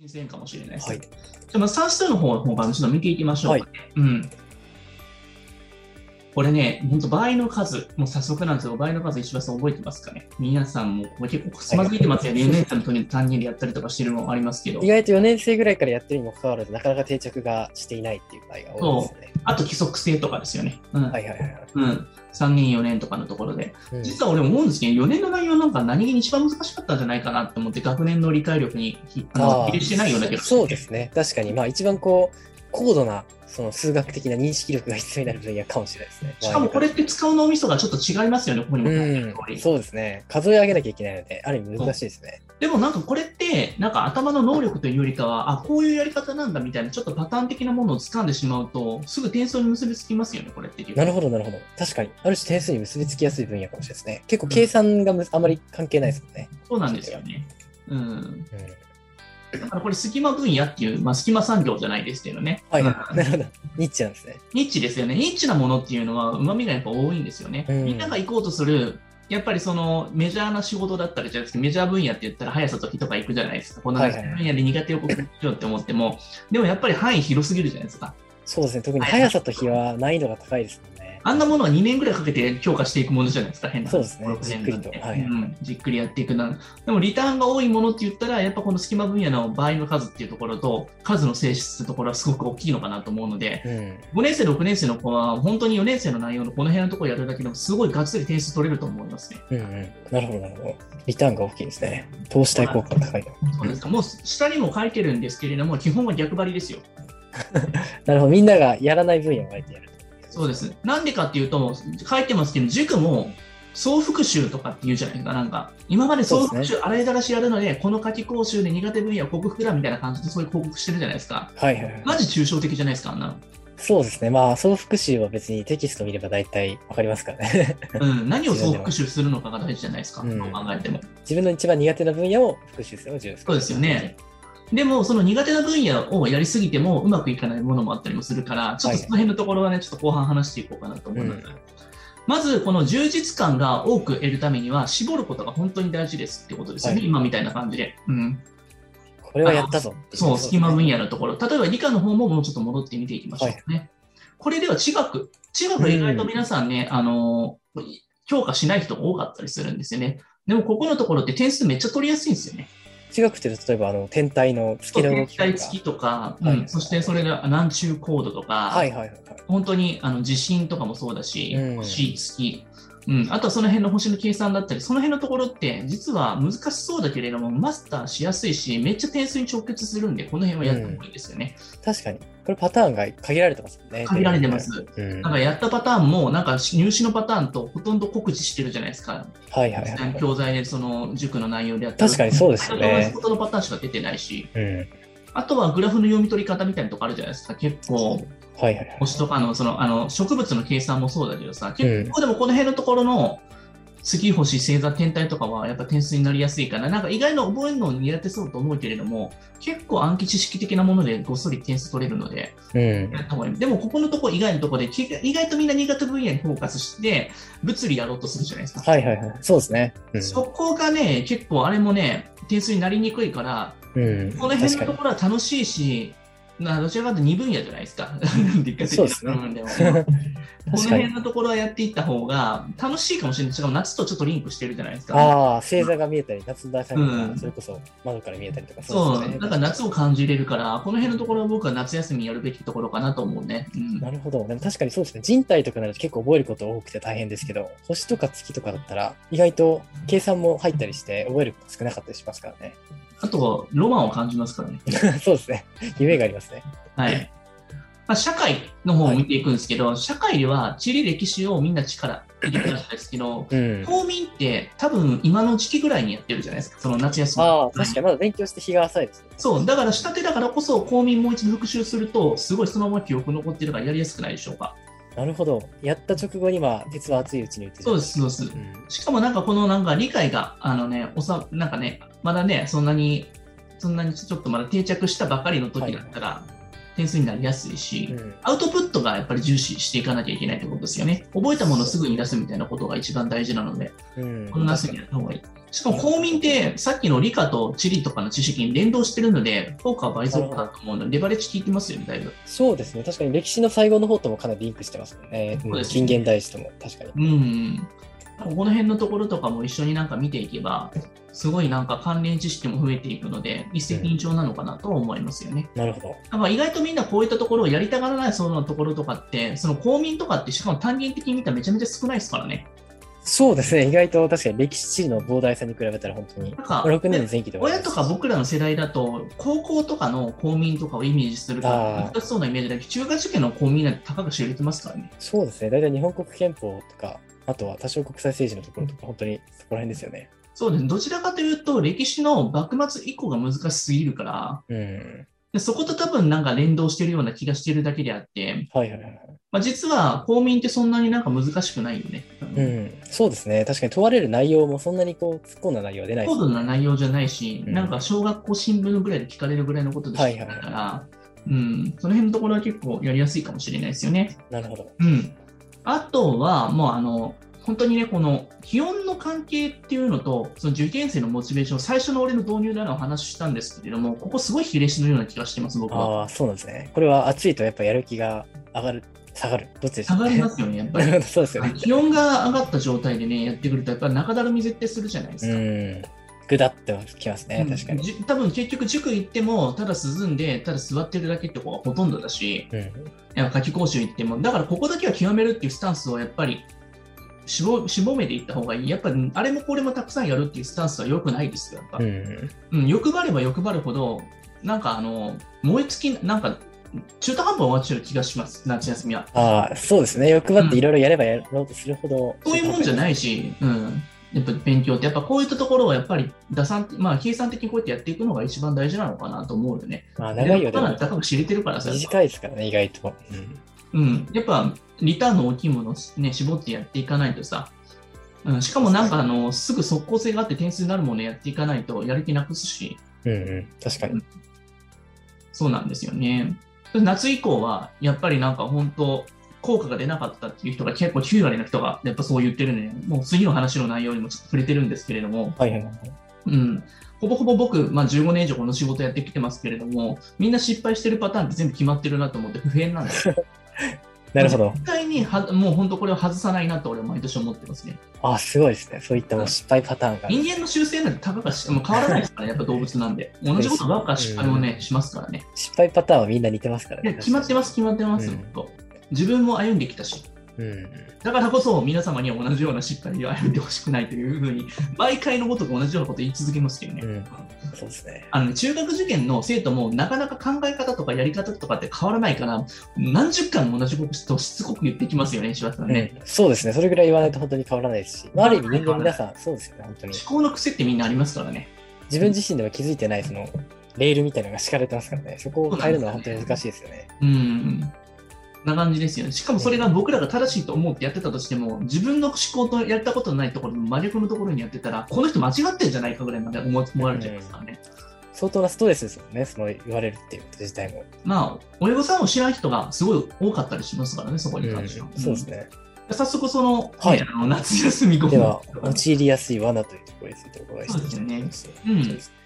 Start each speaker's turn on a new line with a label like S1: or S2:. S1: 新鮮かもしれないです。
S2: はい
S1: じゃあまず算数の方の方のちょっと見ていきましょうかね、うん。これね、本当倍の数、もう早速なんですけど、倍の数、石橋さん覚えてますかね皆さんもこれ結構つまずいてますよね。
S2: はい
S1: 4年生の時に単元でやったりとかしてるのもありますけど
S2: 意、外と4年生ぐらいからやってるにもかかわらず、なかなか定着がしていないっていう場合が多いですね。
S1: あと規則性とかですよね。うん。
S2: はいはいはいはい。
S1: うん、3年、4年とかのところで。
S2: うん
S1: 実は俺思うんですけど、4年の内容なんか何気に一番難しかったんじゃないかなと思って、学年の理解力にひあの
S2: あー
S1: 比例してないような気が
S2: そうですね。確かに、まあ一番こう、高度なその数学的な認識力が必要になる分野かもしれないですね。
S1: しかもこれって使う脳みそがちょっと違いますよね、ここにも書いてある通
S2: う
S1: り
S2: ん、そうですね。数え上げなきゃいけないので、ある意味難しいですね。
S1: でもなんかこれって、なんか頭の能力というよりかは、あ、こういうやり方なんだみたいな、ちょっとパターン的なものを掴んでしまうと、すぐ転送に結びつきますよね、これって。
S2: なるほど、なるほど。確かに、ある種点数に結びつきやすい分野かもしれないですね。結構計算がむあまり関係ないですもんね。
S1: そうなんですよね。うん。
S2: うん、
S1: だからこれ、隙間分野っていう、まあ、隙間産業じゃないですけどね。
S2: はい、
S1: うん
S2: なるほど。ニッチなん ですね。
S1: ニッチですよね。ニッチなものっていうのは、うまみがやっぱ多いんですよね。
S2: うん
S1: みんなが行こうとする、やっぱりそのメジャーな仕事だったりじゃないですけど、メジャー分野って言ったら速さと日とか行くじゃないですか。こんな
S2: はいはい
S1: 分野で苦手を克服しようって思っても、でもやっぱり範囲広すぎるじゃないですか。
S2: そうですね。特に
S1: はい
S2: 速さと比は難易度が高いですもんね。
S1: あんなものは2年ぐらいかけて強化していくものじゃないですか、変な話。
S2: そうですね
S1: 5 6年なんて
S2: じっくりとはい
S1: うん。じっくりやっていくな。でもリターンが多いものって言ったら、やっぱこの隙間分野の倍の数っていうところと、数の性質ってところはすごく大きいのかなと思うので、
S2: うん。
S1: 5年生、6年生の子は、本当に4年生の内容のこの辺のところやるだけでも、すごいがっつり点数取れると思いますね。
S2: うんうん。なるほど、なるほど。リターンが大きいですね。投資対効果が高い。
S1: そうですか。もう下にも書いてるんですけれども、基本は逆張りですよ。
S2: なるほど。みんながやらない分野をあえてやる。
S1: そうです。なんでかっていうと、書いてますけど、塾も総復習とかっていうじゃないですか、なんか、今まで総
S2: そう
S1: 復
S2: です
S1: 習、洗いざらしやるので、この夏季講習で苦手分野を克服だみたいな感じで、そういう広告してるじゃないですか。
S2: はいはいはい。
S1: マジ抽象的じゃないですか、あんなの。
S2: そうですね。まあ、総復習は別にテキスト見れば大体わかりますからね。
S1: うん、何を総復習するのかが大事じゃないですか、
S2: う
S1: ど
S2: ん
S1: う考えても。
S2: 自分の一番苦手な分野を復習するのが重要です。
S1: そうですよね。でも、その苦手な分野をやりすぎてもうまくいかないものもあったりもするから、ちょっと
S2: はい
S1: その辺のところはね、ちょっと後半話していこうかなと思います。
S2: うん
S1: まず、この充実感が多く得るためには、絞ることが本当に大事ですってことですよね、
S2: はい
S1: 今みたいな感じで。うん。
S2: これはやったぞ。
S1: そう、隙間分
S2: 野。
S1: 野のところ。例えば理科の方ももうちょっと戻って見ていきましょうね。これでは地学。地学意外と皆さんね、あの、強化しない人が多かったりするんですよね。でも、ここのところって点数めっちゃ取りやすいんですよね。
S2: 中学っていうと、例えば、あの、天体の月の動
S1: 天
S2: きとか。
S1: 体付きとか、
S2: はい
S1: うんそしてそれが南中高度とか、
S2: はいはいはいはい。
S1: 本当にあの地震とかもそうだし、
S2: うん
S1: 星、月、うん、あとはその辺の星の計算だったり、その辺のところって、実は難しそうだけれども、マスターしやすいし、めっちゃ点数に直結するんで、この辺はやった方がいいですよね。
S2: 確かに。これパターンが限られてますもんね。
S1: 限られてます。
S2: うん。
S1: なん
S2: は
S1: か
S2: い
S1: やったパターンも、なんか入試のパターンとほとんど酷似してるじゃないですか。
S2: はいはい。
S1: 教材でその塾の内容であった
S2: 確かにそうですよね
S1: 同じことのパターンしか出てないし、
S2: うん。
S1: あとはグラフの読み取り方みたいなとこあるじゃないですか。結構、
S2: はいはいはい。
S1: 星とかのそのあの植物の計算もそうだけどさ、結構でもこの辺のところの月、星、星座、天体とかはやっぱ点数になりやすいから、なんか意外の覚えるの苦手そうと思うけれども、結構暗記知識的なものでごっそり点数取れるので、
S2: うん。
S1: やった方がいいでもここのとこ以外のところで、き意外とみんな苦手分野にフォーカスして、物理やろうとするじゃないですか。
S2: はいはいはい。そうですね。うん
S1: そこがね、結構あれもね、点数になりにくいから、
S2: うん。
S1: この辺
S2: 確
S1: の
S2: か
S1: と
S2: に。
S1: ころは楽しいし、などちらかというと2分野じゃないです か。理科的な
S2: そうですね
S1: 部分で もこの
S2: 確かに
S1: 辺。のところはやっていった方が楽しいかもしれない。しかも夏とちょっとリンクしてるじゃないですか。
S2: ああ、星座が見えたり、夏の大三角
S1: う
S2: が
S1: ん
S2: それこそ窓から見えたりとか、
S1: そう
S2: ですね
S1: なんか夏を感じれるから、この辺のところは僕は夏休みやるべきところかなと思うね。うん
S2: なるほど。でも確かにそうですね。人体とかなると結構覚えること多くて大変ですけど、星とか月とかだったら、意外と計算も入ったりして、覚えること少なかったりしますからね。
S1: あと、ロマンを感じますからね。
S2: そうですね。夢がありますね。
S1: はい。まあ、社会の方を見ていくんですけど、社会では地理歴史をみんな力入れてたんですけど、
S2: うん。
S1: 公民って多分今の時期ぐらいにやってるじゃないですか、その夏休み。
S2: ああ、確かにまだ勉強して日が浅いですね。
S1: そう、だから下手だからこそ公民もう一度復習すると、すごいそのまま記憶残ってるからやりやすくないでしょうか。
S2: なるほど。やった直後には、鉄は熱いうちに打てる。
S1: そうです、そうです。
S2: うん。
S1: しかもなんかこのなんか理解が、あのね、おさなんかね、まだね、そんなに、そんなにちょっとまだ定着したばかりの時だったら、点数になりやすいし、
S2: うん
S1: アウトプットがやっぱり重視していかなきゃいけないってことですよね。覚えたものをすぐに出すみたいなことが一番大事なので、
S2: うん
S1: こんなふうにやった方がいい。しかも公民ってさっきの理科と地理とかの知識に連動してるので、効果は倍増かなと思うので、レバレッジ効いてますよね、だいぶ。
S2: そうですね、確かに歴史の最後の方ともかなりリンクしてますもんね。
S1: そうですね
S2: 近現代史とも、確かに。
S1: うん。この辺のところとかも一緒になんか見ていけば、すごいなんか関連知識も増えていくので、一石二鳥なのかなとは思いますよね。
S2: なるほど。
S1: なんか意外とみんなこういったところをやりたがらないそうなところとかって、その公民とかってしかも単元的に見たらめちゃめちゃ少ないですからね。
S2: そうですね、意外と確かに歴史の膨大さに比べたら本当に、
S1: なんか、
S2: 6年の前期で終わり
S1: 親
S2: ま
S1: と
S2: す
S1: か僕らの世代だと、高校とかの公民とかをイメージすると
S2: あー
S1: 難しそうなイメージだけど、中学受験の公民なんて高く知れてますからね。
S2: そうですね、大体日本国憲法とか、あとは多少国際政治のところとか、本当にそこら辺ですよね。
S1: そうですね。どちらかというと、歴史の幕末以降が難しすぎるから、
S2: うん。
S1: でそこと多分なんか連動してるような気がしてるだけであって、
S2: はいはいはい。
S1: まあ、実は公民ってそんなになんか難しくないよね。
S2: うん、そうですね、確かに問われる内容もそんなにこう突っ込んだ内容は出ないで
S1: 高
S2: す
S1: 度な内容じゃないし、
S2: うん
S1: なんか小学校新聞ぐらいで聞かれるぐらいのことでしかないから、うん、その辺のところは結構やりやすいかもしれないですよね。
S2: なるほど。
S1: うん、あとは、もうあの、本当にね、この気温の関係っていうのと、その受験生のモチベーション、最初の俺の導入であのお話ししたんですけれども、ここすごい比例しのような気がしてます、僕は。
S2: ああ、そうなんですね。これは暑いとやっぱやる気が上がる、下がる、どっちでし
S1: 下
S2: ょう
S1: がり
S2: ね。
S1: ますよね、やっぱ
S2: な
S1: り
S2: る。ほど、そうですよね。
S1: 気温が上がった状態でね、やってくると、やっぱり中だるみ絶対するじゃないですか。
S2: うん。ぐだってはきますね
S1: う、ん
S2: 確かに。
S1: じ多分結局塾行ってもただ涼んでただ座ってるだけって子がほとんどだし
S2: うん。
S1: やっぱ夏期講習行ってもだからここだけは極めるっていうスタンスをやっぱりしぼしぼめていった方がいいやっぱりあれもこれもたくさんやるっていうスタンスは良くないですよやっぱ、
S2: う
S1: うん
S2: ん。
S1: 欲張れば欲張るほどなんかあの燃え尽きなんか中途半端終わっちゃう気がします夏休みは
S2: ああ、そうですね。欲張っていろいろやればやろうとするほど。。
S1: そういうもんじゃないいし、うん、やっぱ勉強って、やっぱこういったところをやっぱり打算、まあ、計算的にこうやってやっていくのが一番大事なのかなと思うよね。
S2: まあ、長いよ、で
S1: だから
S2: も。
S1: 高く知れてるからさ、
S2: 短いですからね、意外と。うん
S1: うん、やっぱリターンの大きいものを、ね、絞ってやっていかないとさ、うん、しかもなんかあのすぐ即効性があって点数になるものやっていかないとやる気なくすし、
S2: うんうん。確かに。
S1: そうなんですよね。夏以降はやっぱりなんか本当、効果が出なかったっていう人が結構9割の人がやっぱそう言ってるね。もう次の話の内容にもちょっと触れてるんですけれども、
S2: はいはいはい。
S1: うん、ほぼほぼ僕、まあ、15年以上この仕事やってきてますけれども、みんな失敗してるパターンって全部決まってるなと思って不変なんですよ。
S2: なるほど。
S1: 絶対にはもう本当これを外さないなと俺は毎年思ってますね。
S2: ああ、すごいですね。そういったもう失敗パターンが。
S1: 人間の習性なんてたかがしもう変わらないですからね、やっぱ動物なんで。同じことばっか失敗もね、しますからね。
S2: 失敗パターンはみんな似てますから
S1: いや
S2: ね。
S1: 決まってます、決まってます、
S2: うん
S1: 本当自分も歩んできたし。
S2: うん。
S1: だからこそ皆様には同じような失敗を歩んでほしくないというふうに、毎回のごとく同じようなこと言い続けますけどね。
S2: うんそうですね。
S1: あのね中学受験の生徒もなかなか考え方とかやり方とかって変わらないから、何十回も同じことをしつこく言ってきますよね、柴田さんね。
S2: うんそうですね。それぐらい言わないと本当に変わらないですし、まあ、ある意味人間皆さん、そうですよね、本当に
S1: 思。考の癖ってみんなありますからね。
S2: 自分自身では気づいてない、その、レールみたいなのが敷かれてますからね。そこを変えるのは本当に難しいですよね。
S1: うん。な感じですよね。しかもそれが僕らが正しいと思ってやってたとしても、自分の思考とやったことのないところの真逆のところにやってたら、この人間違ってんじゃないかぐらいまで思思われちゃいますからね。
S2: 相当なストレスですもんね、その言われるっていうこと自体も。
S1: まあ、親御さんを知らない人がすごい多かったりしますからね、そこに関しては。
S2: そうですね。
S1: 早速、その、
S2: はい
S1: あの夏休みご
S2: では、
S1: 飯
S2: 陥りやすい罠というところについてお伺いしていきたいと思います。
S1: うん
S2: そうですね